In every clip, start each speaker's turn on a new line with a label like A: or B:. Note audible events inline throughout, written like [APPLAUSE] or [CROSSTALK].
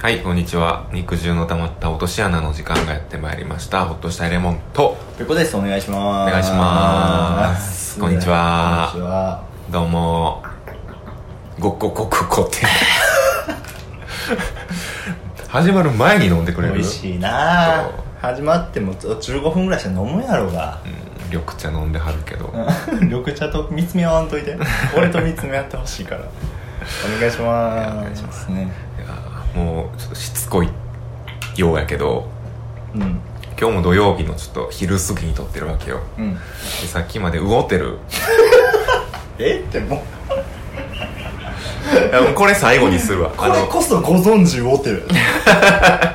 A: はい、こんにちは。肉汁の溜まった落とし穴の時間がやってまいりました。ほっとしたいレモンと、
B: ということですお願いします
A: お願いしますこんにちは
B: こんにちは
A: どうも、ごっこごっこごって。 [LAUGHS] 始まる前に飲んでくれる
B: 美味しいな
A: そう
B: 始まっても15分ぐらいしたら飲むやろが、
A: うん緑茶飲んではるけど。
B: 緑茶と見つめ合わんといて俺と見つめ合ってほしいからお願いします
A: お願いします
B: ね
A: いやーもうちょっとしつこいようやけど
B: うん
A: 今日も土曜日のちょっと昼過ぎに撮ってるわけよ
B: うん
A: でさっきまで魚て
B: [LAUGHS]
A: る
B: えってもう
A: いやもうこれ最後にするわ
B: [LAUGHS] これこそご存知をてる
A: あ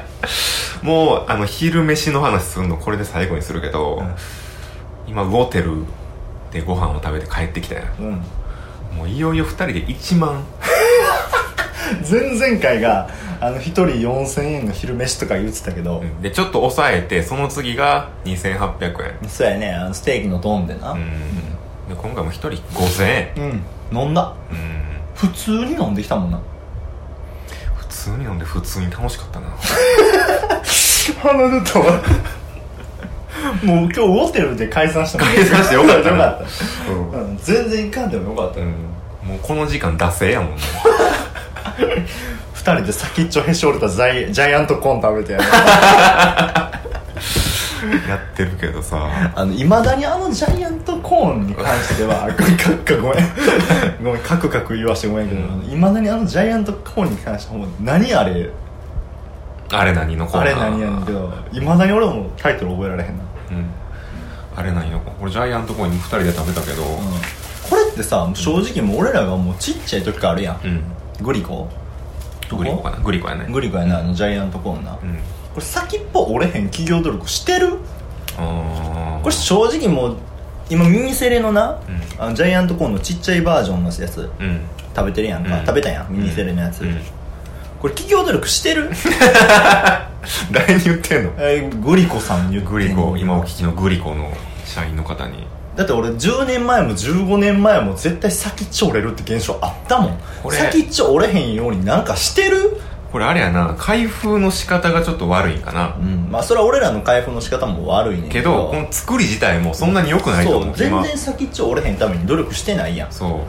A: のもうあの昼飯の話するのこれで最後にするけど、今魚てるでご飯を食べて帰ってきたやん
B: うん
A: もういよいよ2人で1万
B: 前々回があの1人4000円の昼飯とか言ってたけど、
A: うんでちょっと抑えてその次が2800円
B: そうやねあのステーキのドンでな
A: うんで今回も1人5000円
B: うん飲んだ
A: うん
B: 普通に飲んできたもんな
A: 普通に飲んで普通に楽しかったな
B: 鼻出たわもう今日ホテルで解散したもん
A: 解散してよかった
B: よ
A: な
B: かっ
A: うん
B: た、うん、全然いかんでもよかった
A: うん、もうこの時間惰性やもんね
B: 二人で先っちょへし折れたザイジャイアントコーン食べて
A: やってるけど [LAUGHS] さ
B: あのいまだにあのジャイアントコーンに関してはカッカご
A: [LAUGHS]
B: めんごめんカクカク言わしてごめんけどいま、未だにあのジャイアントコーンに関してはもう何あれ
A: あれ何のコー
B: あ
A: ナー
B: れ何やねんけどいまだに俺もタイトル覚えられへんな、
A: うんあれ何のコーナーこれジャイアントコーンに2人で食べたけど
B: うんこれってさ正直もう俺らがもうちっちゃい時からあるやん
A: うん、
B: グリコ
A: グリコかなグリコやね
B: グリコやなあのジャイアントコーンな、
A: う
B: こ
A: ん
B: れ先っぽ折れへん企業努力してる
A: あー
B: これ正直もう今ミニセレのな、
A: う
B: あのジャイアントコーンのちっちゃいバージョンのやつ
A: うん
B: 食べてるやんか、
A: うん
B: 食べたやんミニセレのやつ、
A: うん
B: これ企業努力して
A: [LAUGHS]
B: る、
A: 誰 [LAUGHS] に言ってんの
B: えーグリコさんに言ってん
A: グ
B: の
A: リコ今お聞きのグリコの社員の方に
B: だって俺10年前も15年前も絶対先っちょ折れるって現象あったもん
A: これ
B: 先っちょ折れへんようになんかしてる
A: これあれやな開封の仕方がちょっと悪いんかな、
B: うんまあそれは俺らの開封の仕方も悪いねん
A: けどこの作り自体もそんなに良くないと
B: そ
A: 思
B: う
A: う
B: 全
A: 今
B: 然先っちょ折れへんために努力してないやん
A: そう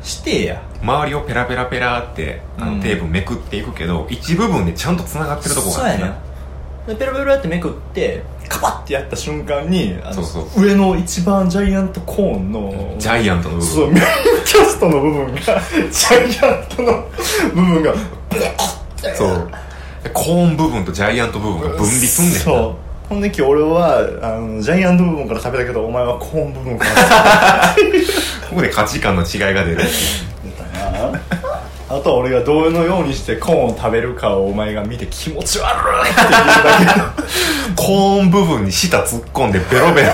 B: してや
A: 周りをペラペラペラってあ
B: う
A: の
B: ん
A: テープめくっていくけど、一部分でちゃんとつながってるとこがある
B: そうやねんでペロペロってめくってカパッてやった瞬間にあ
A: そ
B: の
A: うそ
B: 上の一番ジャイアントコーンの
A: ジャイアントの部分
B: そうメインキャストの部分がジ [LAUGHS] ャイアントの部分が
A: そうでコーン部分とジャイアント部分が分離すんねんな
B: そうほんで今日俺はあのジャイアント部分から食べたけどお前はコーン部分から
A: [LAUGHS]
B: 食
A: ここで価値観の違いが出る
B: べたなあとは俺がどのようにしてコーンを食べるかをお前が見て気持ち悪いって言うだけの
A: コーン部分に舌突っ込んでベロベロ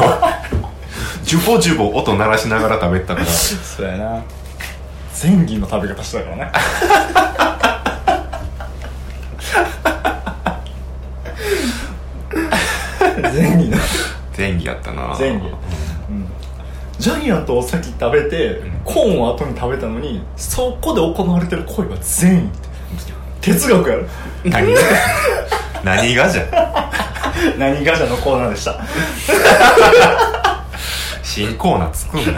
A: ジュボジュボ音鳴らしながら食べてたから
B: そうやな前儀の食べ方したからね前儀の
A: 前儀やったな
B: 前儀うんジャイアントを先食べてコーンを後に食べたのにそこで行われてる恋は善意って哲
A: [LAUGHS]
B: 学やろ
A: 何が何がじゃ
B: 何がじゃのコーナーでした
A: 新コーナー作んない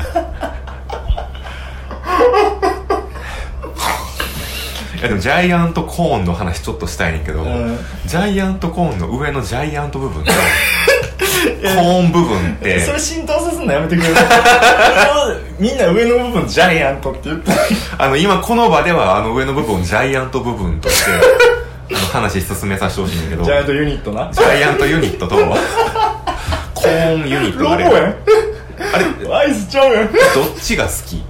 A: やでもジャイアントコーンの話ちょっとしたいねんけど、
B: ん
A: ジャイアントコーンの上のジャイアント
B: [LAUGHS]
A: 部分とコーン部分って
B: それ浸透させるのやめてくれる [LAUGHS] それをみんな上の部分ジャイアントって言って
A: あの、今この場では、あの上の部分をジャイアント部分として、あの話進めさせてほしいんだけど、
B: ジ
A: ジ
B: ャイア
A: ャ
B: ントユニットな
A: イアントユニットと、
B: [LAUGHS]
A: コーンユニット
B: ロ
A: があ
B: ボ
A: れ
B: やん
A: あれ、ど
B: アイスちゃうやん
A: っちが好き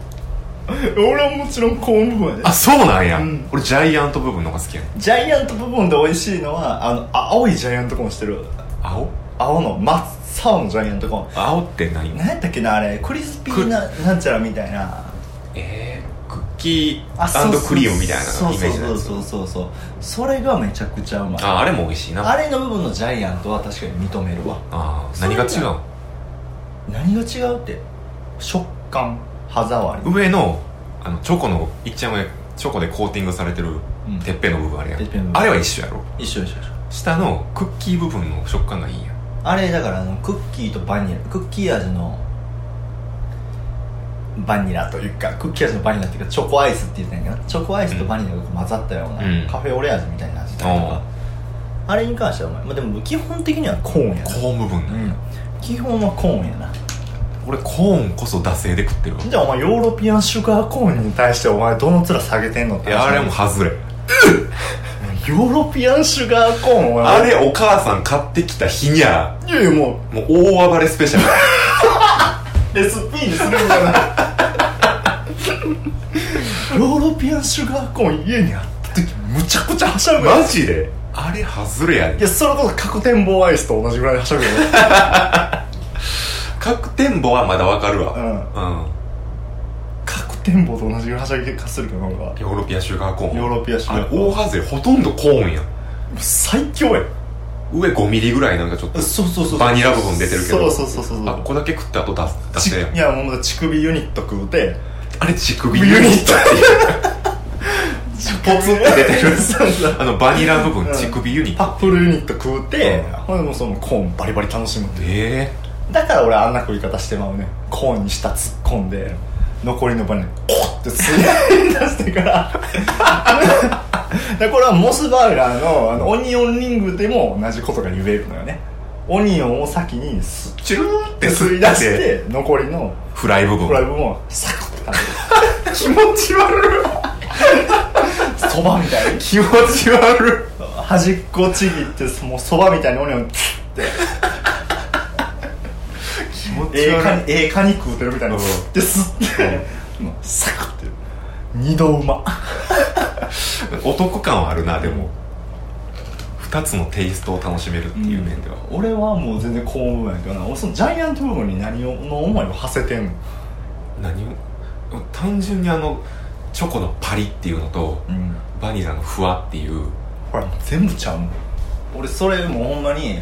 B: 俺はもちろんコーン部分やで
A: あ、そうなんや。
B: うん
A: 俺、ジャイアント部分の方が好きやねん。
B: ジャイアント部分で美味しいのはあの青いジャイアントコーンしてる
A: 青
B: 青の真っ青のジャイアントコーン
A: 青って何
B: 何やったっけなあれクリスピーななんちゃらみたいな
A: えー、クッキ
B: あそうそう
A: ークリームみたい
B: そ
A: な
B: う
A: イ
B: そ
A: メ
B: う
A: ージの
B: そ
A: や
B: う
A: つ
B: そうそうそうそれがめちゃくちゃうまい
A: あ、あれも美味しいな。
B: あ
A: あ
B: れの部分のジャイアントは確かに認めるわ
A: あー
B: それ
A: 何
B: が
A: が違う
B: 何が違うって食感歯触り
A: 上の、あの、チョコの、いっちゃん上、チョコでコーティングされてる
B: うん
A: てっぺんの部分あれやん
B: てっぺんの部分
A: あれは一緒やろ
B: 一緒一緒一緒
A: 下のクッキー部分の食感がいいんやん
B: あれだからあのクッキーとバニラクッキー味のバニラというかクッキー味のバニラっていうかチョコアイスって言ったんやけどチョコアイスとバニラがこう混ざったような、
A: うん
B: カフェオレ味みたいな味とか、あれに関してはうまい、まあ、でも基本的にはコーンや
A: コ
B: な
A: ーン部分な
B: うん
A: や
B: ん、基本はコーンやな
A: 俺コーンこそ惰性で食ってるわ
B: じゃあお前ヨーロピアンシュガーコーンに対してお前どの面下げてんのって
A: いやあれも外れ
B: ヨーロピアンシュガーコーンお前
A: あれお母さん買ってきた日にゃ
B: いやいやも
A: もう大暴れスペシャル
B: [LAUGHS] う SP にするんじゃないヨーロピアンシュガーコーン家にあった時むちゃくちゃはしゃぐやん
A: マジであれ外れや
B: い
A: で
B: やそれこそ角天棒アイスと同じぐらいはしゃぐよ
A: 角天棒はまだわかる
B: う
A: わ
B: ん
A: うん
B: 角天棒と同じぐらいはしゃぎ化するかなんか
A: ヨーロピアシュガーコーン
B: ヨーロピアンシュ
A: あれ
B: ガーコーン
A: 大外れほとんどコーンやん
B: 最強や
A: 上5ミリぐらいなんかちょっと
B: そうそうそう
A: バニラ部分出てるけど
B: そうそうそうそうそう
A: あっこだけ食った後出す出
B: ち
A: せやん
B: いやもう乳首ユニット食うて
A: あれ乳首ユニットっていう
B: ポツンって出てる [LAUGHS] そうそう
A: あのバニラ部分
B: うん
A: 乳首ユニット
B: パップルユニット食うて、
A: うん
B: ほんでもうそのコーンバリバリ楽しむっていう
A: え
B: だから俺あんな食い方してまうねコーンに舌突っ込んで残りのバニラコッて吸い出してからでこれはモスバーガーのあのオニオンリングでも同じことが言えるのよねオニオンを先に吸
A: ー、チュルーっ
B: ってて
A: 吸
B: 吸
A: い
B: い
A: 出
B: 出
A: し
B: してて残りの
A: フライ部分
B: フライブもサクッて食
A: [LAUGHS] 気持ち悪い
B: べるそばみたいに
A: 気持ち悪い
B: 端っこちぎってもうそばみたいにオニオンツッて
A: 気持
B: ええカ
A: い
B: ニええカニ食うてるみたいな
A: うん
B: 吸って吸ってもうサクッて二度うま
A: [LAUGHS] 男感はあるなでも2つのテイストを楽しめるっていう面では、
B: 俺はもう全然こう思うんやけどな俺そのジャイアント部分に何をの思いを馳せてんの
A: 何を単純にあのチョコのパリっていうのと
B: うん
A: バニラのふわっていう
B: ほら全部ちゃうもん俺それもうほんまに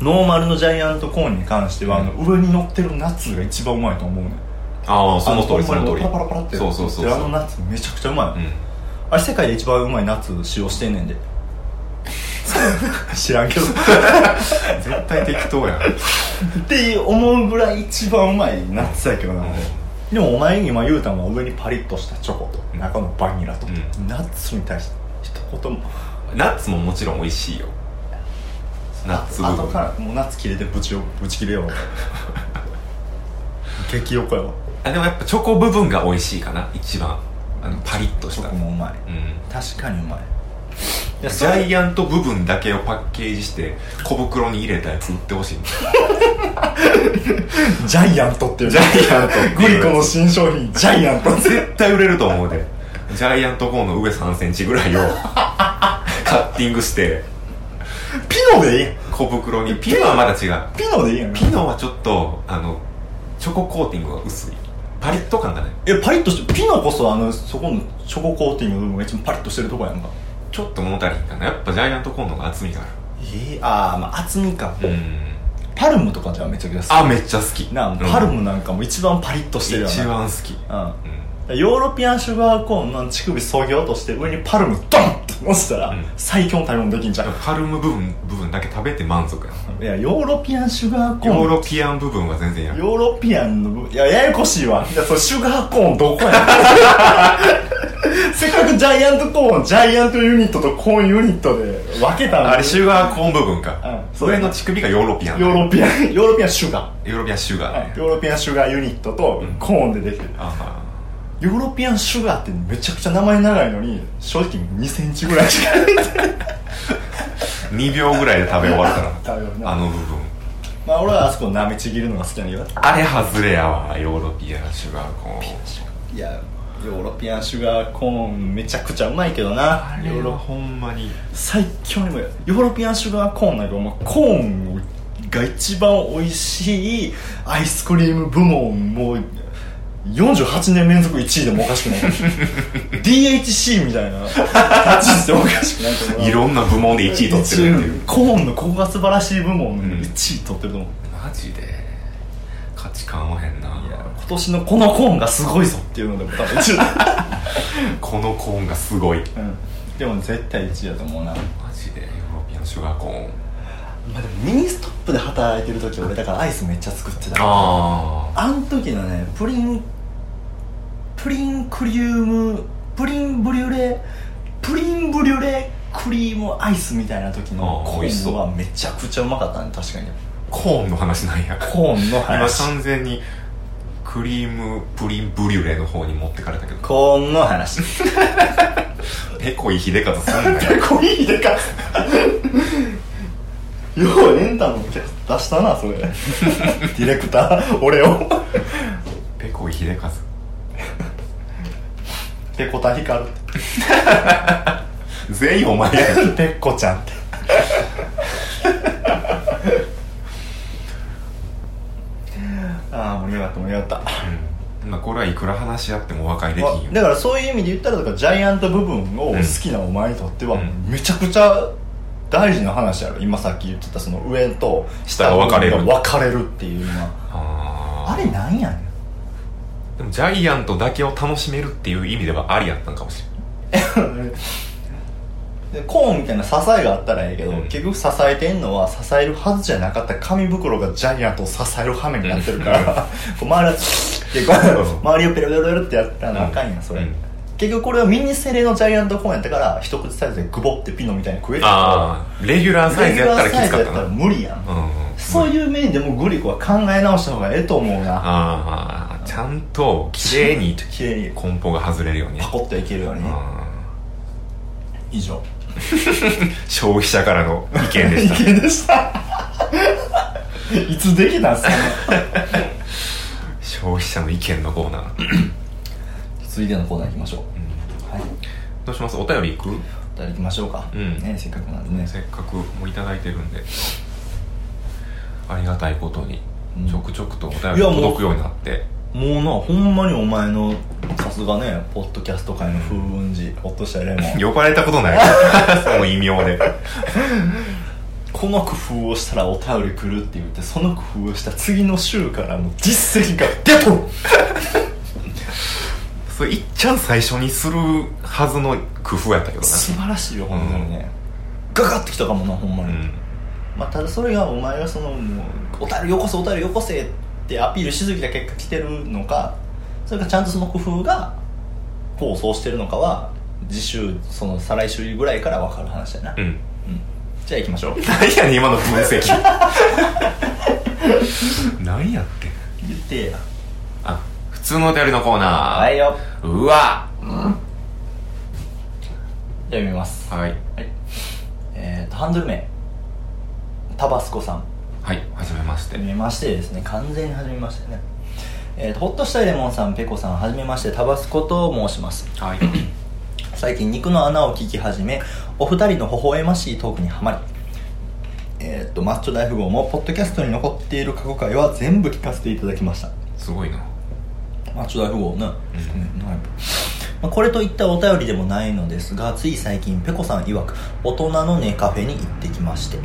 B: ノーマルのジャイアントコーンに関しては、あの上に乗ってるナッツが一番うまいと思うねん
A: ああその通り
B: あ
A: その通り
B: パラパラパラって
A: そうそうそう
B: で
A: そ
B: あの
A: う
B: ナッツめちゃくちゃうまい、
A: うん
B: あれ世界で一番うまいナッツ使用してんねんで知らん
A: [LAUGHS]
B: けど
A: 絶対適当やん
B: って思うぐらい一番うまいナッツやけどな、
A: うん
B: でもお前今言うたんは上にパリッとしたチョコと中のバニラと、
A: うん
B: ナッツに対して一言も
A: ナッツももちろん美味しいよナッツ部
B: あ
A: 分
B: とからもうナッツ切れてぶちよぶち切
A: [LAUGHS]
B: れよ激横やわ
A: あでもやっぱチョコ部分が美味しいかな一番あのパリッとし
B: チ
A: たう
B: ョコ
A: ん
B: もうまい確かにうまいいや
A: ジ
B: それ
A: ャイアント部分だけをパッケージして小袋に入れたやつ売ってほしい
B: ジャイアントっていう
A: ジャイアント
B: グリコの新商品ジャイアントって
A: 絶対売れると思うでジャイアントコーンの上3センチぐらいを [LAUGHS] カッティングして
B: ピノでいいやん
A: 小袋にピノはまだ違う
B: ピノでいいやん
A: ピノはちょっとあのチョココーティングが薄いパリッと感がない
B: えパリッとしてピノこそあのそこのチョココーティングの部分が一番パリッとしてるとこやんか
A: ちょっと物足りんかなやっぱジャイアントコーンの方が厚みがあ
B: えー、ああまあ厚みか、
A: るうん
B: パルムとかじゃめちゃくちゃ好
A: あめっちゃ好き
B: きなあ、
A: うん
B: パルムなんかも一番パリッとしてるよな
A: 一番好き
B: うんヨーロピアンシュガーコーンの乳首そぎ落として上にパルムドンって乗せたら、
A: うん
B: 最強の食べ物できんじゃ
A: うん
B: ん
A: パルム部分部分だけ食べて満足や
B: いやヨーロピアンシュガーコーン
A: ヨーロピアン部分は全然やる
B: ヨーロピアンの部いやややこしいわいやそれシュガーコーンどこや
A: [LAUGHS]
B: ねんせっかくジャイアントコーンジャイアントユニットとコーンユニットで分けたのに
A: あれシュガーコーン部分か
B: うんそう
A: 上の乳首がヨーロピアン
B: ヨーロ
A: ヨ
B: ピアンヨーロピアンシュガ
A: ーロピアンシュガー
B: ー
A: ね
B: ヨーロピアンシュガーユニットと
A: うん
B: コーンでできてる、
A: あ
B: ヨーロピアンシュガーってめちゃくちゃ名前長いのに正直2センチぐらいしか [LAUGHS] な
A: あ
B: い
A: 2秒ぐらいで食べ終わるか
B: [LAUGHS] 食べ終わる
A: ら
B: な
A: あの部分
B: まあ俺はあそこ舐めちぎるのが好きなんだけど
A: あれ外れやわヨーロピアンシュガーコーン
B: いやヨーロピアンシュガーコーンめちゃくちゃうまいけどな
A: あれ
B: ヨー
A: は
B: ロ
A: ほんまに
B: 最強にもヨーロピアンシュガーコーンなんかお前コーンが一番美味しいアイスクリーム部門もう48年連続1位でもおかしくない DHC みた [LAUGHS] いな立ち位置でもおかしくないと思う
A: いろんな部門で1位取ってるっていう
B: コーンのここが素晴らしい部門の1位取ってると思う、
A: マジで価値観合わへんない
B: や今年のこのコーンがすごいぞっていうのでも多分一位だ、
A: このコーンがすごい
B: うんでも絶対1位やと思うな
A: マジでヨーロピアンシュガーコーン
B: まあでもミニストップで働いてる時俺だからアイスめっちゃ作ってた
A: あ
B: あん時のねプリンプリンクリームプリンブリュレプリンブリュレクリームアイスみたいな時の
A: あー
B: コ
A: 美味しそ
B: ー
A: う
B: ンはめちゃくちゃうまかったね確かに
A: コーンの話なんや
B: コーンの
A: 今
B: 話
A: 完全にクリームプリンブリュレの方に持ってかれたけど
B: コーンの話
A: ペコイ秀方すんなよ
B: [LAUGHS] コいいでかようエンタのキャス出したなそ
A: [LAUGHS]
B: れディレクター俺を
A: ペコイ秀和
B: ペコタヒカルって
A: 全員お前やん
B: ペッコちゃんって [LAUGHS] ああ盛り上がった盛り上がった
A: まあこれはいくら話し合っても和解できんよ
B: だからそういう意味で言ったらだからジャイアント部分を好きなお前にとっては
A: うん
B: めちゃくちゃ大事な話やろ今さっき言ってたその上と
A: 下が分かれる
B: 下の部分が分かれるっていうのは
A: あ
B: あれなんやねん
A: ーでもジャイアントだけを楽しめるっていう意味ではありやったんかもしれん
B: [LAUGHS] でコーンみたいな支えがあったらええけど、
A: うん
B: 結局支えてんのは支えるはずじゃなかった紙袋がジャイアントを支える羽目になってるから、 [LAUGHS] こう周りをツッてこう周りをペロペロペロってやったらなあかんやんそれ、
A: うん
B: 結局これはミニセレのジャイアントコーンやったから一口サイズでグボってピノみたいに食えて
A: ああレギュラーサイ
B: レ
A: ズ
B: ギュ
A: やっ
B: ラ
A: たら
B: ー
A: き
B: サイ
A: つ
B: ズ
A: か
B: や
A: っ
B: ったた
A: な
B: ら無理や
A: う
B: ん、
A: ん
B: そういう面でもグリコは考え直した方がええと思うな
A: ああちゃんと綺麗に
B: 綺麗に
A: 梱包が外れるようにね
B: パコッといけるようにね以上
A: 消費者からの意見でした
B: [LAUGHS] 意見でしたいつできたんすかね [LAUGHS]
A: 消費者の意見のコーナー、うん
B: 続いてのコーナー行きましょうはい
A: どうしますお便りいく
B: じゃあ行きましょうか、
A: うん
B: ねせっかくなんでね
A: せっかくもういただいてるんでありがたいことに
B: うん
A: ちょくちょくとお便
B: い
A: り
B: やもう
A: 届くようになって
B: もうなほんまにお前のさすがねポッドキャスト界の風雲児ほっとしたレモン
A: 呼ばれたことない [LAUGHS] その異名で
B: この工夫をしたらお便り来るって言ってその工夫をした次の週からの実績が出とる
A: それいっちゃん最初にするはずの工夫やったけどな
B: 素晴らしいよ本当にね、ガガってきたかもなほんま
A: う
B: に、
A: ん
B: まあ、ただそれがお前がそのもうお便りよこせお便りよこせってアピールしすぎた結果来てるのかそれかちゃんとその工夫が功を奏してるのかは次週その再来週ぐらいから分かる話だな、
A: うん
B: じゃあ行きましょう
A: 何やねん今の分
B: [LAUGHS]
A: 析何やってん
B: 言ってや
A: あ普通のお便りのコーナー
B: はいよ
A: うわ
B: じゃあ読みます
A: はい
B: はいえー、とハンドル名タバスコさん
A: はいはじめまして
B: はじめましてですね完全にはじめましてねえー、とほっとしたいレモンさんペコさんはじめましてタバスコと申します
A: はい
B: 最近肉の穴を聞き始めお二人の微笑ましいトークにはまりえーっとマッチョ大富豪もポッドキャストに残っている過去回は全部聞かせていただきました
A: [COUGHS] すごいな
B: マッチョ大富豪ね、
A: ん
B: ねまあこれといったお便りでもないのですがつい最近ペコさん曰く大人のネカフェに行ってきまして
A: うん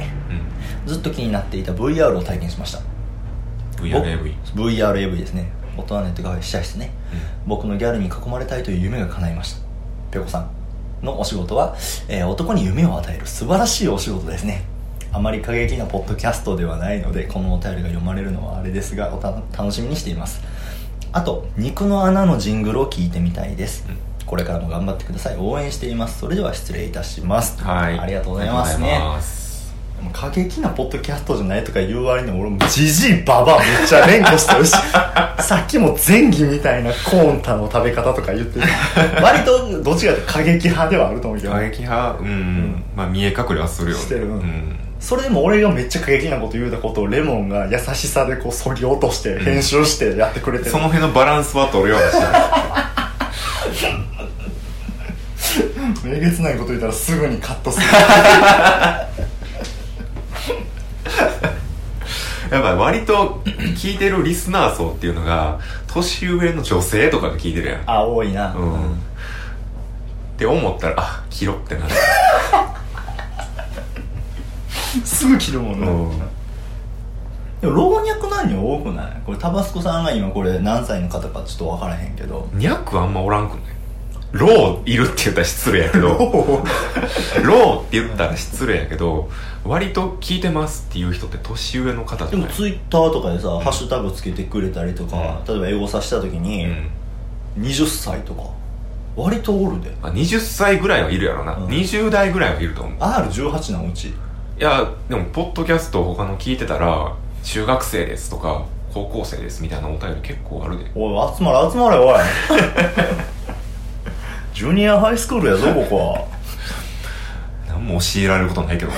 B: ずっと気になっていた VR を体験しました
A: VRAV
B: VRAV ですね大人ネットカフェ試写室ね、僕のギャルに囲まれたいという夢が叶いましたペコさんのお仕事は、えー男に夢を与える素晴らしいお仕事ですねあまり過激なポッドキャストではないのでこのお便りが読まれるのはあれですがおた楽しみにしていますあと肉の穴のジングルを聞いてみたいです、これからも頑張ってください応援していますそれでは失礼いたします
A: はい
B: ありがとうございます
A: ありが
B: ね
A: とうございます
B: もう過激なポッドキャストじゃないとか言う割に俺もじじいばばめっちゃ連呼してる
A: [LAUGHS]
B: しさっきも前儀みたいなコーンタの食べ方とか言ってる割とどっちかというと過激派ではあると思うけど
A: 過激派うん、まあ見え隠れはするよ
B: してる
A: う
B: うん
A: ん
B: それでも俺がめっちゃ過激なこと言うたことをレモンが優しさでこうそぎ落として編集してやってくれてる、
A: その辺のバランスは取るようにしたい
B: えげつないこと言ったらすぐにカット
A: [LAUGHS]
B: する
A: やっぱ割と聞いてるリスナー層っていうのが年上の女性とかが聞いてるやん
B: あ多いな、
A: うんって思ったらあ切ろってなる
B: すぐ切るもんね、
A: うん
B: でも老若男女多くないこれタバスコさんが今これ何歳の方かちょっと分からへんけど
A: ニャックあんまおらんくないローいるって言ったら失礼やけど
B: おー
A: ローって言ったら失礼やけど割と聞いてますっていう人って年上の方
B: で
A: じゃ
B: も
A: ない
B: ツイッターとかでさ、ハッシュタグつけてくれたりとか、例えば英語さした時に、
A: うん
B: 20歳とか割とおるで
A: まあ20歳ぐらいはいるやろな、
B: うん
A: 20代ぐらいはいると思う
B: R18 なのうち
A: いやでもポッドキャストを他の聞いてたら中学生ですとか高校生ですみたいなお便り結構あるで
B: おい集まれ集まれおい [LAUGHS] ジュニアハイスクールやぞここは
A: 何も教えられること
B: [LAUGHS]
A: ないけどな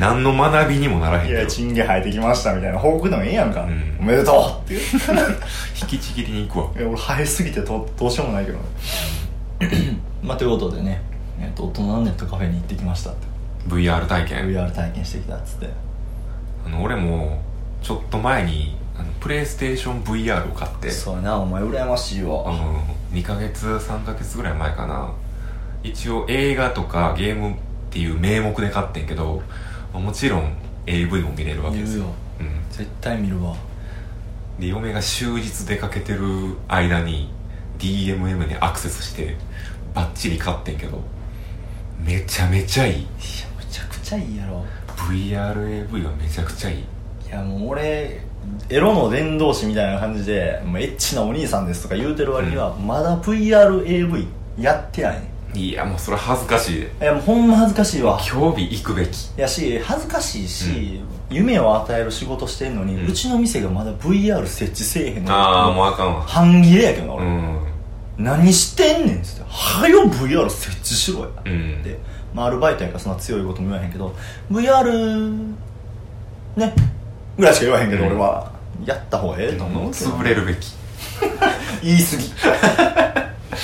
A: 何の学びにもならへん
B: い
A: けど
B: や、チンゲ生えてきましたみたいな報告でもいいやんか。
A: うん
B: おめでとうっていう。 [LAUGHS] い
A: 引きちぎりに行くわ
B: や、俺生えすぎてどどうしようもないけどね。 [COUGHS] まあ、ということでね、えっと、大人ネットカフェに行ってきましたって。
A: VR 体験
B: VR 体験してきたっつって。
A: あの俺もちょっと前にあのプレイステーション VR を買って
B: そうやな、お前羨ましい
A: あ
B: わ。
A: の2ヶ月3ヶ月ぐらい前かな一応映画とかゲームっていう名目で買ってんけどまあもちろん AV も見れるわけで
B: 言
A: す
B: う
A: よ、
B: よ。
A: うん、
B: 絶対見るわ。
A: で嫁が終日出かけてる間に DMM にアクセスしてバッチリ買ってんけどめちゃめちゃいい
B: いや、むちゃくちゃいいやろ。
A: VRAV はめちゃくちゃいい
B: いや、もう俺、エロの伝道師みたいな感じで、もうエッチなお兄さんですとか言うてる割には、まだ VRAV やってないねん。
A: いやもうそれ恥ずかしいで
B: いや、もうほんま恥ずかしいわ。
A: 興味行くべき
B: やし恥ずかしいし、夢を与える仕事してんのに、う
A: うん
B: ちの店がまだ VR 設置せえへんの
A: ああもうあかんわ
B: 半切れやけどな
A: う
B: 俺、
A: ん
B: 何してんねんっつって「はよ VR 設置しろや」
A: う
B: っ
A: ん
B: て、まあ、アルバイトやからそんな強いことも言わへんけど VR ねぐらいしか言わへんけど、
A: うん
B: 俺はやった方がええと
A: も
B: 思
A: う
B: うけど
A: 潰れるべき
B: 言い過ぎ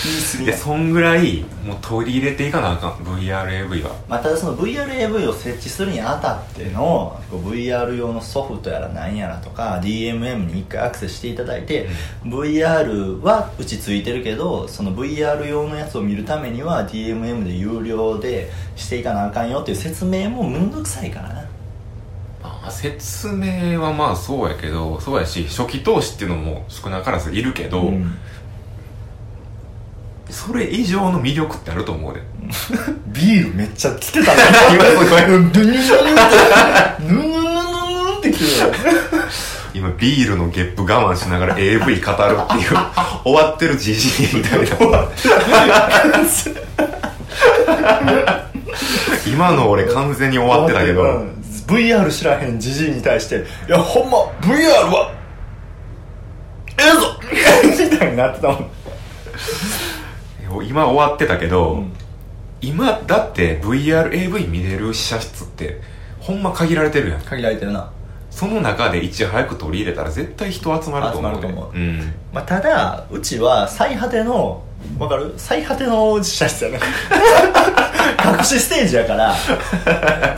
B: 言い過ぎ
A: でそんぐらいもう取り入れていかなあかん VRAV は
B: まあ、ただその VRAV を設置するにあたってのこう VR 用のソフトやら何やらとか DMM に一回アクセスしていただいて、VR はうちついてるけどその VR 用のやつを見るためには DMM で有料でしていかなあかんよっていう説明もめんどくさいからな
A: まあ説明はまあそうやけどそうやし初期投資っていうのも少なからずいるけど、
B: うん
A: それ以上の魅力ってあると思うで
B: ビールめっちゃ来てたね今すごいヌヌヌヌってヌヌヌヌヌンって来てたよ
A: 今ビールのゲップ我慢しながら AV 語るっていう [LAUGHS] 終わってるじじいみたいな今の俺完全に終わってたけど、
B: うん VR 知らへんじじいに対して「いやほんま VR はええぞ! 」 [LAUGHS] みたいになってたもん
A: 今終わってたけど、
B: ん
A: 今だって VRAV 見れる試写室ってほんま限られてるやん
B: 限られてるな、
A: その中でいち早く取り入れたら絶対人集まると思う
B: 集まると思
A: う
B: う
A: ん、
B: まあ、ただうちは最果てのわかる最果ての実写室やね
A: [LAUGHS]
B: 隠しステージやから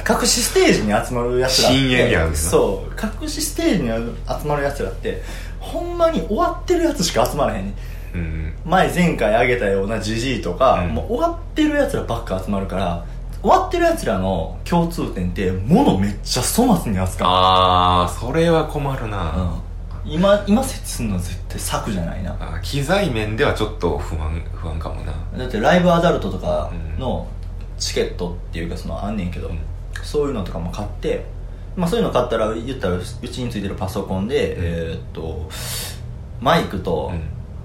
B: 隠しステージに集まるやつらって
A: 深淵やんな
B: そう隠しステージに集まるやつらってほんまに終わってるやつしか集まらへんね
A: う
B: ん
A: ん、
B: 前前回あげたようなジジイとか、
A: うん
B: もう終わってるやつらばっか集まるから終わってるやつらの共通点って物めっちゃ粗末に扱う、
A: ああそれは困る
B: う
A: な、
B: ん、今今設置するのは絶対策じゃないな
A: あー機材面ではちょっと不安不安かもな
B: だってライブアダルトとかのチケットっていうかそのあんねんけど、
A: うん
B: そういうのとかも買って、まあ、そういうの買ったら言ったらうちについてるパソコンで、
A: うん
B: えーっとマイクと
A: うん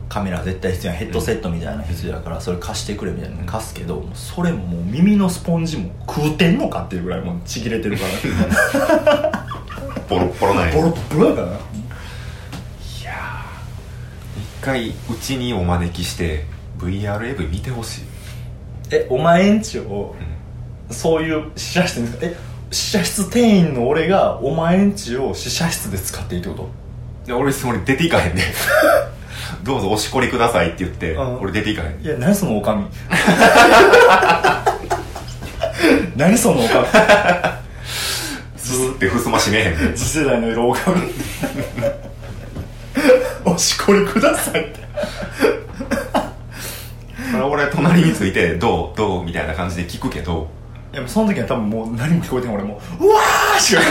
B: カメラ絶対必要やんヘッドセットみたいなの必要だからそれ貸してくれみたいなの貸すけど、それももう耳のスポンジも食うてんのかっていうぐらいもうちぎれてるから
A: [LAUGHS] ボロッボロない
B: ボロッボロやからな
A: 一回うちにお招きして VRAV 見てほしい、
B: えお前んちをそういう試写室にえ試写室店員の俺がお前んちを試写室で使っていいってこと
A: で俺それ出ていかへんね
B: [LAUGHS]
A: どうぞおしこりくださいって言って
B: うん
A: 俺出ていかへん
B: いや何そのおかみ [LAUGHS] 何そのおか
A: ずーってふすま閉めへんね
B: み次世代の色おかみ [LAUGHS] おしこりくださいって
A: それ俺隣についてどうどうみたいな感じで聞くけど
B: いやもうその時は多分もう何も聞こえてん俺もううわーしか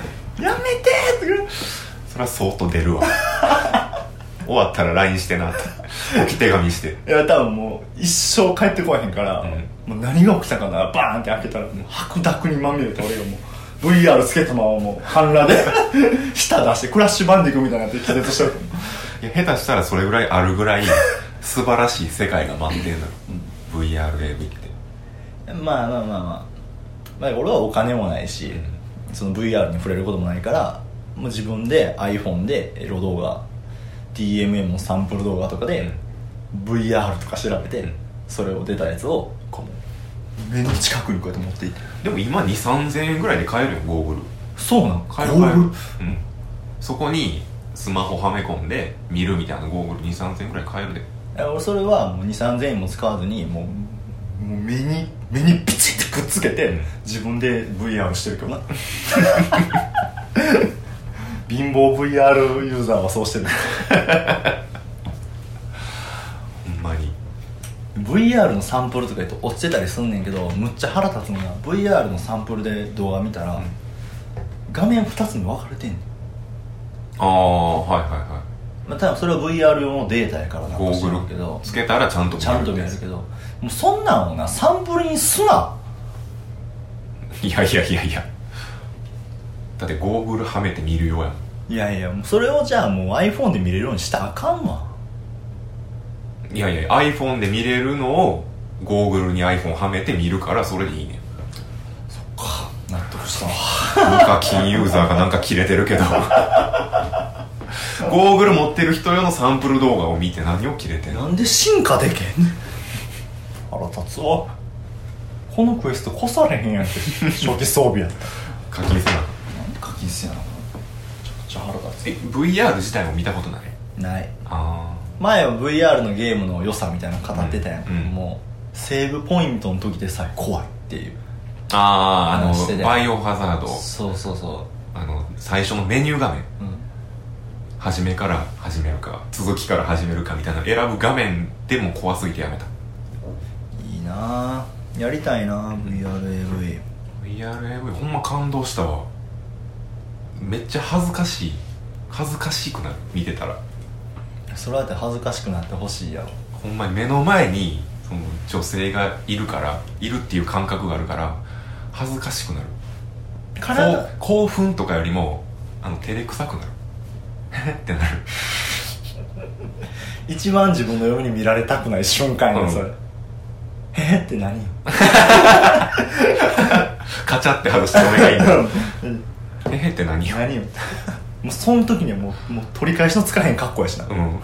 B: [LAUGHS] やめてーって [LAUGHS]
A: それは相当出るわ終わったら LINE してなって置き手紙して
B: いや多分もう一生帰ってこえへんから、
A: う
B: もう何が起きたかなバーンって開けたらもう白濁にまみれて俺がもう VR つけたままもう半裸で [LAUGHS] 舌出してクラッシュバンディングみたいになって気絶してる
A: いや下手したらそれぐらいあるぐらい素晴らしい世界が待ってんの、VRAV って
B: まあまあまあまあ、まあ、俺はお金もないし、その VR に触れることもないからもう自分で iPhone でエロ動画 DMM のサンプル動画とかで、VR とか調べて、
A: うん
B: それを出たやつをこう目の近くにこうやって持っていって
A: でも今2 3 0 0円ぐらいで買えるよゴーグル
B: そうなん
A: 買える買える、うん、そこにスマホはめ込んで見るみたいなゴーグル2 3 0 0円ぐらい買えるで
B: え俺それはもう2 3 0 0円も使わずにもうもう目に目にピチッてくっつけて、
A: うん
B: 自分で VR してるけどな [LAUGHS] 貧乏 VR ユーザーはそうしてる
A: ほんまに
B: VR のサンプルとか言うと落ちてたりすんねんけどむっちゃ腹立つのが VR のサンプルで動画見たら、
A: うん
B: 画面2つに分かれてんねん、
A: ああはいはいは
B: まあ、多分それは VR 用のデータやからなん
A: い
B: か
A: ゴ
B: 知らん
A: ー
B: け
A: グル
B: ど
A: つけたらちゃんと
B: ちゃんと見えるけどもうそんなんをなサンプルにすない
A: やいやいやいやだってゴーグルはめて見るようやもん
B: いやいやもうそれをじゃあもう iPhone で見れるようにしたらあかんわ
A: いやいや iPhone で見れるのをゴーグルに iPhone はめて見るからそれでいいねん
B: か納得したわ
A: 無課金ユーザーがなんか切れてる
B: [LAUGHS]
A: けどゴーグル持ってる人用のサンプル動画を見て何を切れてんの
B: なんで進化でけんねん腹立つわこのクエスト越されへんやんけ初期装備やっ
A: 課
B: た
A: 金せな
B: なんで課金してんのめちゃくちゃ腹立
A: え VR 自体も見たことない
B: つない
A: あ
B: 前は VR のゲームの良さみたいなの語ってたやん、
A: うんうん
B: もうセーブポイントの時でさえ怖いっていう
A: あああ
B: 話してた
A: の
B: よ
A: バイオハザード
B: そうそうそ
A: あの最初のメニュー画面
B: う、うん、
A: 初めから始めるか続きから始めるかみたいな選ぶ画面でも怖すぎてやめた
B: いいなあやりたいなあ VRAV
A: VRAV ほんま感動したわめっちゃ恥ずかしい恥ずかしくなる見てたら
B: それだって恥ずかしくなってほしいやろ
A: ほんまに目の前にその女性がいるからいるっていう感覚があるから恥ずかしくなる
B: 体
A: こう興奮とかよりもあの照れくさくなるってなる
B: 一番自分の嫁に見られたくない瞬間や
A: うん
B: ねそれ、えって何
A: カチャって外して俺がいいの
B: [LAUGHS] うん
A: えって何よ、
B: 何よもうその時にはもうもう取り返しのつかへん格好やしな、
A: うん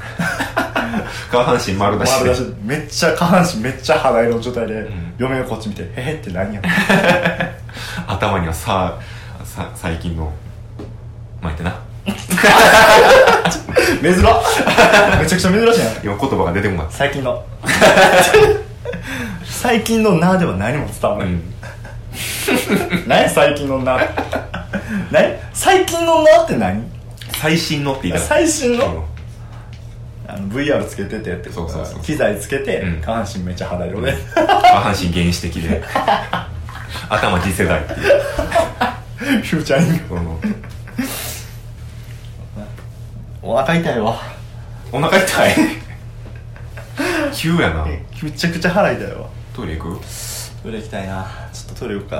A: 下半身丸出し
B: 丸
A: で
B: 出しでめっちゃ下半身めっちゃ肌色の状態で、
A: ん
B: 嫁がこっち見て「えっ?」って何や
A: 頭にはささ最近の巻いてな
B: 珍っめちゃくちゃ珍しいやん
A: 今言葉が出てこなかっ
B: 最近の最近の「な」では何も伝わ
A: た、う
B: らない、
A: ん、
B: 何最近の「な」何最近の「な」って何
A: 最新のって言いたかっ
B: 最新
A: た
B: の、あの VR つけててってこと
A: そう
B: か
A: そうそう
B: 機材つけて、
A: うん
B: 下半身めっちゃ肌色
A: うん
B: で、 [LAUGHS]
A: 下半身原始的で [LAUGHS] 頭次世代っていう
B: フューチャリング
A: この
B: お腹痛いわ
A: お腹痛
B: [LAUGHS]
A: い急やな
B: めちゃくちゃ腹痛いわ
A: トイレ行く
B: トイレ行きたいなちょっとトイレ行こうか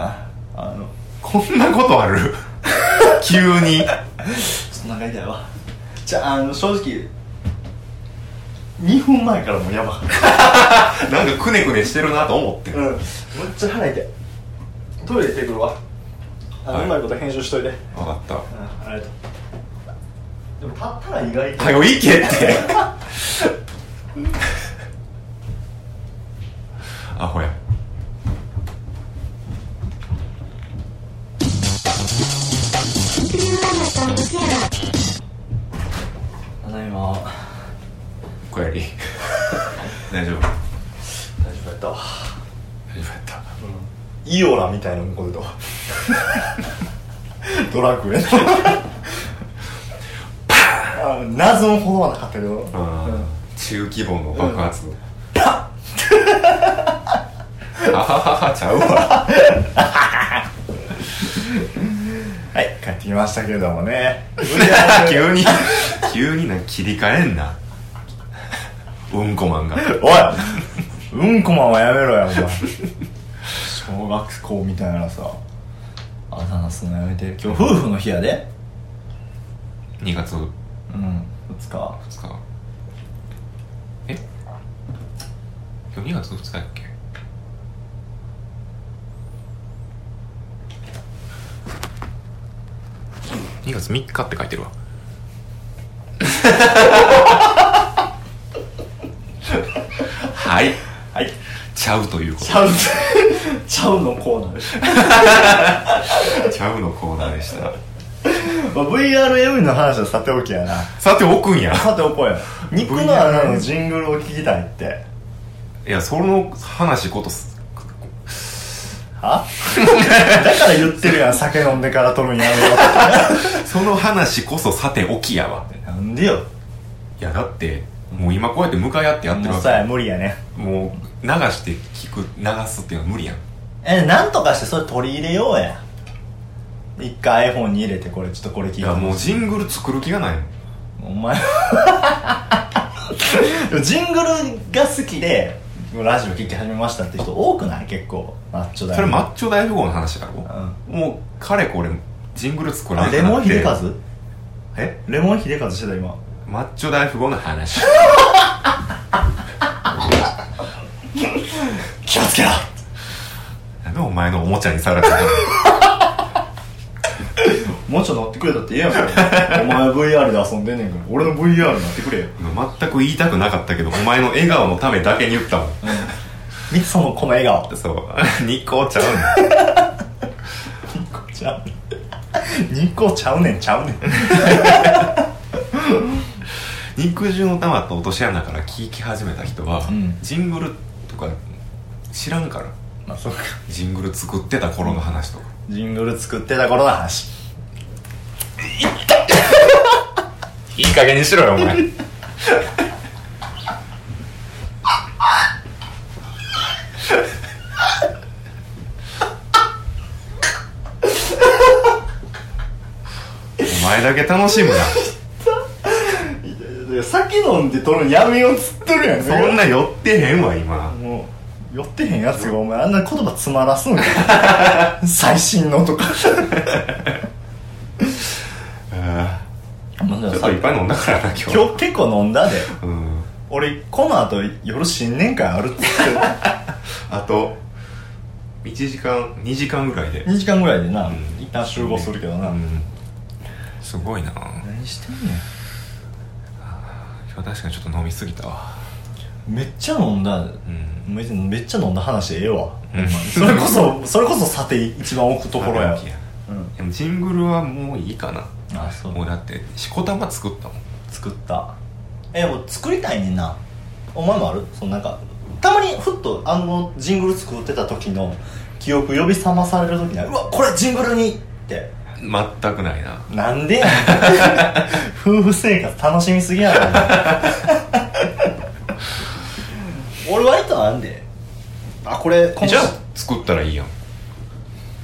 B: なあの
A: こんなことある [LAUGHS] 急に
B: ちょっとお腹痛いわじゃああの正直2分前からもうやばかった
A: なんかくねくねしてるなと思って
B: うんめっちゃ腹痛いトイレ行ってくるわあの、
A: はいう
B: まいこと編集しといてうん
A: 分かった
B: ありがとうでも立ったら意外と
A: はよ行けって [LAUGHS] アホや
B: ただいま
A: おかえり [LAUGHS] 大丈夫
B: 大丈夫やったわ
A: 大丈夫やった
B: イオラみたいな向こうでと [LAUGHS] ドラクエのあ謎のほどはなかったけど
A: あー、中規模の爆発、パッあはははちゃうわ [LAUGHS]
B: はい帰ってきましたけれどもね
A: [LAUGHS] 急に急にな切り替えんなうんこマンが
B: [LAUGHS] おいうんこマンはやめろやお前小学校みたいなさあだ名すんのやめて今日夫婦の日やで
A: 2月2
B: うん2日
A: 日え今日2月2日やっけ2月3日って書いて [LAUGHS] るわはい
B: はい
A: ちゃうということ
B: ちゃうちゃうのコーナー
A: ちゃうのコーナーでした
B: [LAUGHS] まあ VRM の話はさておきやな
A: さて置くんや
B: さておこうや肉の穴のジングルを聞きたいって
A: いやその話ことす [LAUGHS]
B: はだから言ってるやん酒飲んでから撮るんやめろ
A: その話こそさて置きやわ
B: ってなんでよ
A: いやだってもう今こうやって向かい合ってやってる
B: も
A: わ
B: うさ
A: け
B: 無理やね
A: もう流して聞く流すっていうのは無理やん
B: えなんとかしてそれ取り入れようや一回 iPhone に入れてこれちょっとこれ聞い
A: い
B: て
A: やもうジングル作る気がないもん
B: お前 [LAUGHS] でもジングルが好きでラジオ聞き始めましたって人多くない結構マッチョだよ
A: それマッチョ大富豪の話だろもうかれこれジングル作ら
B: あ
A: なく
B: レ
A: な
B: モ
A: っ
B: ン
A: て
B: 秀和
A: え
B: レモン秀和してた今
A: マッチョ大富豪の話 [LAUGHS]
B: 気をつけろ
A: なんでお前のおもちゃにさられてる
B: もうちょい乗ってくれたって言え [LAUGHS] やんお前 VR で遊んでんねんから俺の VR になってくれよ
A: の全く言いたくなかったけどお前の笑顔のためだけに言ったもん
B: 見てそのこの笑顔
A: そう。 [LAUGHS] 日光ちゃうねん。
B: ニコちゃうニコちゃうねんちゃうねん
A: 肉汁の玉と落とし穴から聞き始めた人は、
B: うん
A: ジングルとか知らんから。
B: まあそっか
A: ジングル作ってた頃の話とか。
B: ジングル作ってた頃の話
A: いい加減にしろよ、お前。お前だけ楽しむな。
B: いや酒飲んで撮るのやめようっつってるやん
A: そんな寄ってへんわ、今。
B: もう寄ってへんやつがお前あんな言葉詰まらすんか [LAUGHS] 最新のとか
A: あー
B: まあでも
A: ちょっ
B: さ
A: といっぱい飲んだからな、今日。
B: 今日結構飲んだで
A: うん。
B: 俺この後夜新年会あるっつ [LAUGHS] って
A: あと1時間2時間ぐらいで
B: 2時間ぐらいでな、
A: うん
B: 一旦集合するけどな、
A: うんすごいな
B: 何してんね
A: 今日確かにちょっと飲みすぎたわ
B: んめっちゃ飲んだ
A: うん
B: めめっちゃ飲んだ話ええわ、
A: うん
B: それこそそれこそさて一番置くところや
A: い
B: うん
A: でもジングルはもういいかな
B: あそ
A: もうだってしこたま作ったもん
B: 作ったえもう作りたいねんなお前もあるそのなんかたまにふっとあのジングル作ってた時の記憶呼び覚まされる時にはうわこれジングルにって
A: 全くないな
B: なんでやねん
A: [LAUGHS]
B: 夫婦生活楽しみすぎやろお前俺割とあんであこれこの
A: じゃあ作ったらいいやん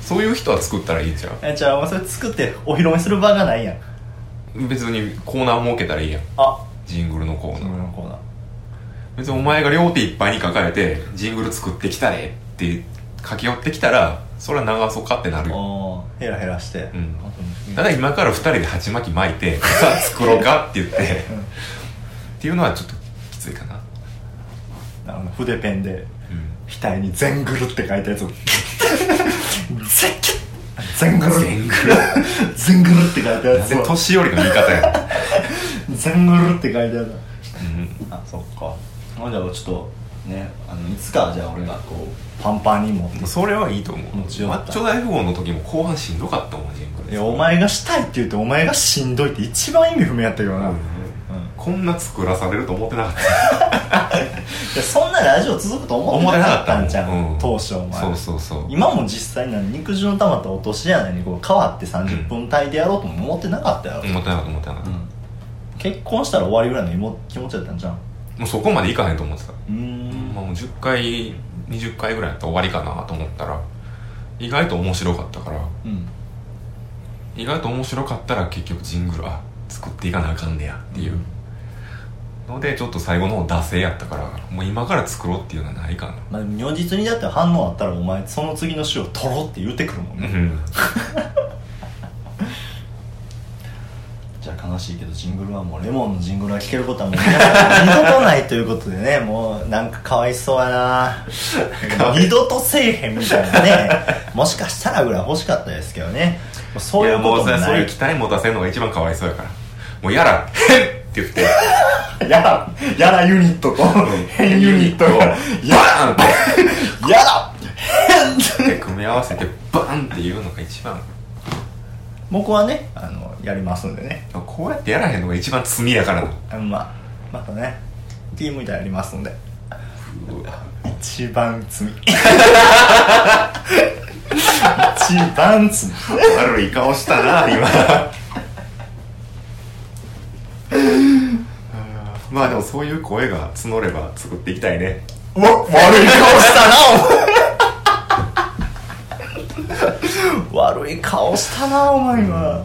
A: そういう人は作ったらいいじゃ
B: えじゃあお前それ作ってお披露目する場がないやん
A: ん別にコーナー設けたらいいやん
B: あ
A: ジングルのコー
B: ジ
A: ナ
B: ン
A: ー
B: グルのコーナー
A: 別にお前が両手いっぱいに抱えてジングル作ってきたねって駆け寄ってきたらそれは流そうかってなるよ
B: ああヘラヘラして、
A: うん
B: あと
A: ただ今から2人で鉢巻き巻いて [LAUGHS] さあ作ろうかって言ってっていうのはちょっときついかな、
B: あの筆ペンで
A: うん、
B: 額に「全グル」って書いたやつを「全キュッ」全グル
A: 全グ [LAUGHS] ル
B: 「全グル」って書いたやつを
A: 年寄りの味方 [LAUGHS] や、
B: 「全グル」って書いたや
A: う
B: つ
A: ん、
B: あそっかほんじゃあちょっとねあのいつかじゃあ俺がこうパンパンに持って
A: もうそれはいいと思う
B: も
A: マ
B: ちろん
A: ッチョ大富豪の時も後半しんどかったもんジングル
B: いやお前がしたいって言ってお前がしんどいって一番意味不明やったけど
A: う
B: な、うんん
A: こんな作らされると思ってなかった
B: いやそんなラジオ続くと [LAUGHS] 思ってなかったんじゃ
A: 思ってなかった
B: ん、
A: もんうん
B: 当初お前
A: そうそうそう
B: 今も実際な肉汁の玉と落とし穴にこう変わって30分単位でやろうとも思ってなかったよ、
A: 思ってなかった思ってなかった、も
B: 結婚したら終わりぐらいの芋気持ちだったんじゃん
A: うそこまでいかへんと思ってた、
B: うー
A: まあ、
B: ん
A: もう10回20回ぐらいやったら終わりかなと思ったら意外と面白かったから
B: うん
A: 意外と面白かったら結局ジングルあ作っていかなあかんねやっていう、のでちょっと最後の方惰性やったからもう今から作ろうっていうのはないかな
B: まあ、でも如実にだって反応あったらお前その次の週を取ろうって言ってくるもん
A: う
B: ね、
A: ん
B: じゃあ悲しいけどジングルはもうレモンのジングルは聴けることはもう皆さん二度とないということでねもうなんかかわいそうやな二度とせえへんみたいなねもしかしたらぐらい欲しかったですけどねもうそういうことも
A: やもうそ
B: な
A: れ
B: い
A: 期待持たせるのが一番かわいそうやからもうやらへんって言って
B: やらやらユニットと変ユニット
A: を
B: が
A: やらんって
B: やだ [LAUGHS]
A: で組み合わせてバンっていうのが一番
B: 僕はねあのやりますんでね
A: こうやってやらへんのが一番罪やからな
B: あのまあまたね T 向いたらやりますんで
A: うわ
B: 一番罪一番罪
A: 悪い顔したな今 [LAUGHS] まあでもそういう声が募れば作っていきたいね
B: わ悪い顔したなお前悪い顔したなお前今、まあ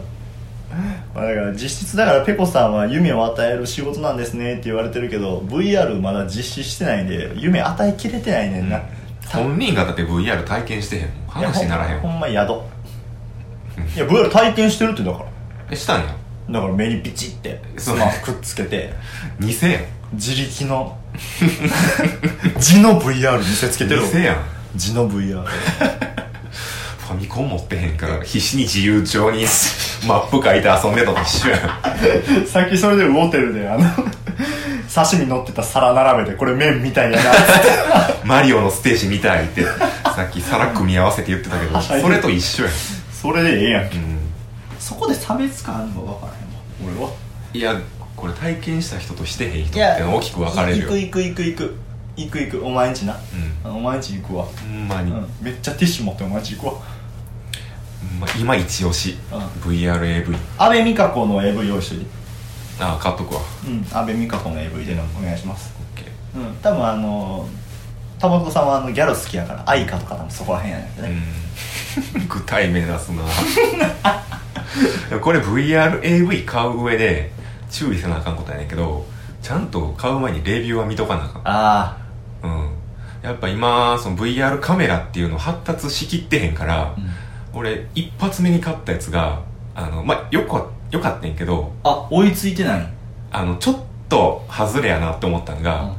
B: だから実質だからペコさんは夢を与える仕事なんですねって言われてるけど VR まだ実施してないんで夢与えきれてないねんな、
A: 本人がだって VR 体験してへんもん
B: いや
A: 話にならへん
B: ほ
A: もん
B: んほんま宿いや VR 体験してるってだから
A: えしたんや
B: だから目にピチってス
A: そう
B: マホくっつけて
A: 偽やん
B: 自力の字の VR 見せつけてる
A: 偽やん
B: 字の VR
A: ファミコン持ってへんから必死に自由帳にマップ書いて遊んでたの一緒
B: [LAUGHS]
A: やん
B: さっきそれでウォーテルであの刺身乗ってた皿並べてこれ麺みたいやなって
A: マリオのステージみたいってさっき皿組み合わせて言ってたけどそれと一緒やん、
B: それでええやんけ
A: うん
B: そこで差別感あるのか分からへんわ俺はい
A: やこれ体験した人としてへん人って大きく分かれるよ
B: 行く行く行く行く行く行くお前んちな、
A: う
B: お前んち行くわ、
A: ほんま
B: う
A: に、
B: ん、めっちゃティッシュ持ってお前んち行くわ
A: まあ、今一押し、
B: うん
A: VRAV
B: 安倍美香子の AV 用意しといて
A: ああ買っとくわ
B: うん安倍美香子の AV でのお願いします
A: オッケ
B: うん多分あのタバコさんはあのギャル好きやから愛花とか多分そこら辺やねんけど
A: ー
B: ね、
A: うん [LAUGHS] 具体名出すなでもこれ VRAV 買う上で注意せなあかんことやねんけどちゃんと買う前にレビューは見とかなあかん
B: あ
A: う
B: あ
A: ん、やっぱ今その VR カメラっていうの発達しきってへんから、俺一発目に買ったやつがあのまあよかよかったんやけど
B: あ追いついてない
A: あのちょっと外れやなって思ったのが、
B: うん
A: あの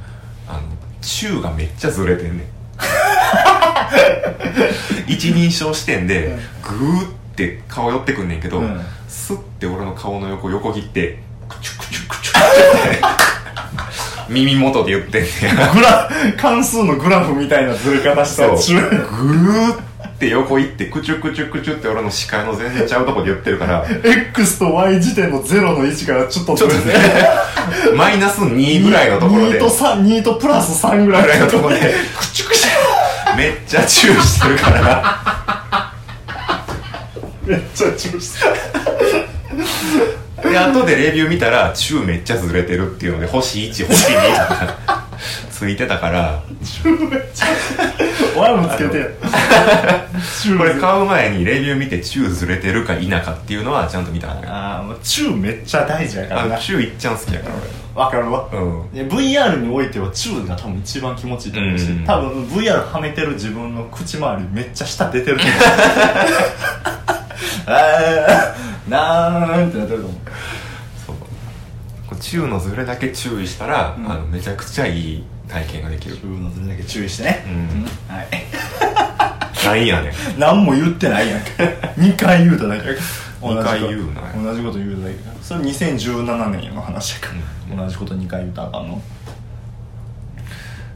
A: 宙がめっちゃずれてんね
B: [LAUGHS]
A: ん一人称視点で
B: うん
A: グーって顔寄ってくんねんけど、
B: うん
A: スッて俺の顔の横横切ってクチュクチュクチュ
B: [LAUGHS]
A: クチュ耳元で言ってんねん
B: グラ関数のグラフみたいなずれ方した
A: そう
B: ら中
A: ぐーって横行ってクチュクチュクチュって俺の視界の全然ちゃうとこで言ってるから
B: X と Y 時点の0の位置からちょっと
A: ちょっとねマイナス2ぐらいのところで
B: 2と3 2とプラス3ぐら
A: ぐら
B: い
A: い
B: の
A: の
B: と
A: と
B: こ
A: こ
B: ろ
A: ろ
B: で
A: で
B: クチュクチ
A: めっちゃ注意してるから
B: ュめっちゃ中した
A: で後でレビュー見たら宙めっちゃずれてるっていうので星1星2とかついてたから
B: ワもつけて中
A: これ買う前にレビュー見て宙ずれてるか否かっていうのはちゃんと見た方がいい
B: ああもう中めっちゃ大事やか
A: あ
B: ら
A: の
B: な
A: 宙いっちゃん好きやから
B: わかるわ
A: 俺うん
B: で VR においてはチューが多分一番気持ちいいと思うし、
A: うん
B: 多分 VR はめてる自分の口周りめっちゃ舌出てると
A: [LAUGHS]
B: 思うあーなんってなってると思う
A: そうこう宙のずれだけ注意したら、
B: うん
A: あのめちゃくちゃいい体験ができる
B: チューのずれだけ注意してね、
A: うん
B: はい
A: なんやねん
B: 何も言ってないやんか2回言うただけやから
A: 二回
B: 同じ
A: 言う
B: こと
A: な
B: 同じこと言うただけやからそれ2017年の話やから、同じこと2回言うたらあかんの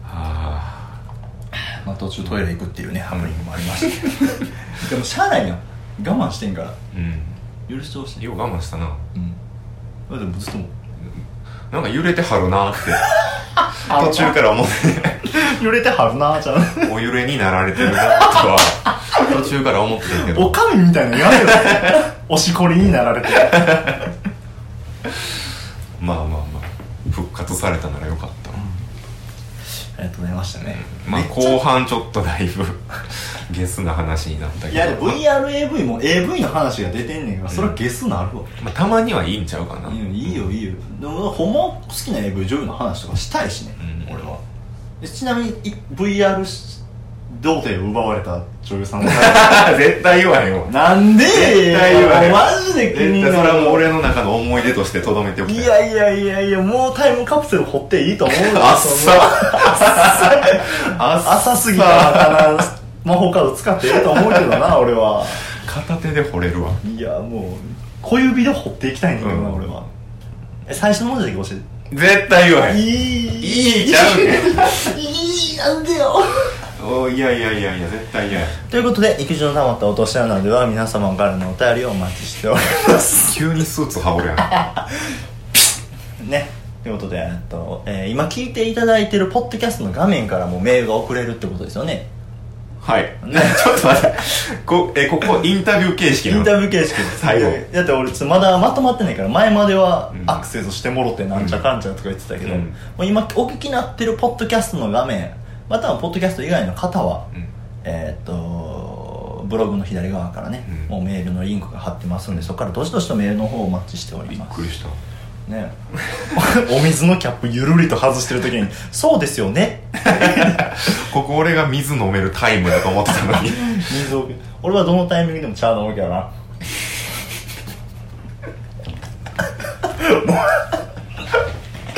A: あ
B: まあ、途中トイレ行くっていうねハプニングもありま
A: [LAUGHS]
B: したけどでもしゃあないよ我慢してんから
A: ーうん
B: 許してほしい
A: よう我慢したな
B: うんだってもうずっともう
A: なんか揺れてはるなって途中から思って
B: [LAUGHS] 揺れてはるなーちゃん
A: お揺れになられてるなとは途中から思ってたけ
B: [LAUGHS] お
A: ど
B: かみみたいなのやめろおしこりになられて
A: まあまあまあ復活されたならよかったな、
B: ありがとうございましたね、
A: まあ
B: めっちゃ
A: 後半ちょっとだいぶ [LAUGHS] ゲスな話になったけど
B: いやで VRAV も AV の話が出てんねんからそれはゲスなるわ、
A: まあ、たまにはいいんちゃうかな、
B: いいよいいよでもほんま好きな AV 女優の話とかしたいしね、
A: うん
B: 俺はでちなみにい VR し童貞を奪われた女優さんの
A: [LAUGHS] 絶対言わへんわ
B: [LAUGHS] なんで
A: 絶対言わへん
B: マジで気
A: 絶
B: に
A: 対
B: な
A: そ
B: る
A: れはもう俺の中の思い出としてとどめておき
B: い
A: たい
B: やいやいやいやもうタイムカプセル掘っていいと思うよ
A: あっさ
B: そんな
A: あっさ
B: 浅すぎたから魔法カード使っていいと思うけど
A: [LAUGHS]
B: な俺は
A: 片手で掘れるわ
B: いやもう小指で掘っていきたいんだけどな、
A: うん
B: 俺はえ最初の文字だけ教えて
A: 絶対言わへんい
B: い
A: いちゃうねん
B: いいなんでよ
A: おいやいやいやいや絶対嫌や
B: ということで育児のたまった落とし穴では皆様からのお便りをお待ちしております
A: 急にスーツ羽織るやん
B: ねということで、えっとえー今聞いていただいてるポッドキャストの画面からもメールが送れるってことですよね
A: はい [LAUGHS] ちょっと待ってこえここインタビュー形式
B: イ
A: なの
B: ンタビュー形式です
A: 最後
B: だって俺ちょっとまだまとまってないから前までは
A: うん
B: アクセスしてもろてなんちゃかんちゃとか言ってたけど、
A: うん
B: もう今お聞きになってるポッドキャストの画面またはポッドキャスト以外の方は、
A: うん
B: えーっとブログの左側からね、
A: うん
B: もうメールのリンクが貼ってますんでそこからどしどしとメールの方をお待ちしており
A: びっ
B: ます
A: くりした
B: ねお水のキャップゆるりと外してる時に「そうですよね」
A: ここ俺が水飲めるタイムだと思ってたのに
B: 水を俺はどのタイミングでも茶飲むけどな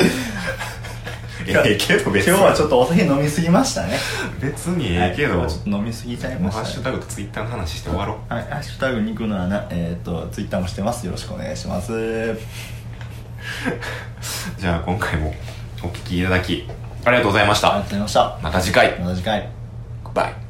A: ええけど別に
B: 今日はちょっとお酒飲みすぎましたね
A: 別にええけど、
B: はい今日はちょっと飲みすぎちゃい
A: も
B: ま
A: うハッ
B: し
A: シュ
B: たね
A: タグとツイッターの話して終わろう
B: はい、ハッシュタグ肉の穴、えっ、と、ツイッターもしてます。よろしくお願いします。
A: じゃあ今回もお聞きいただきありがとうございまし
B: あり
A: た
B: がとうございました。
A: また次回
B: また次回。
A: バイ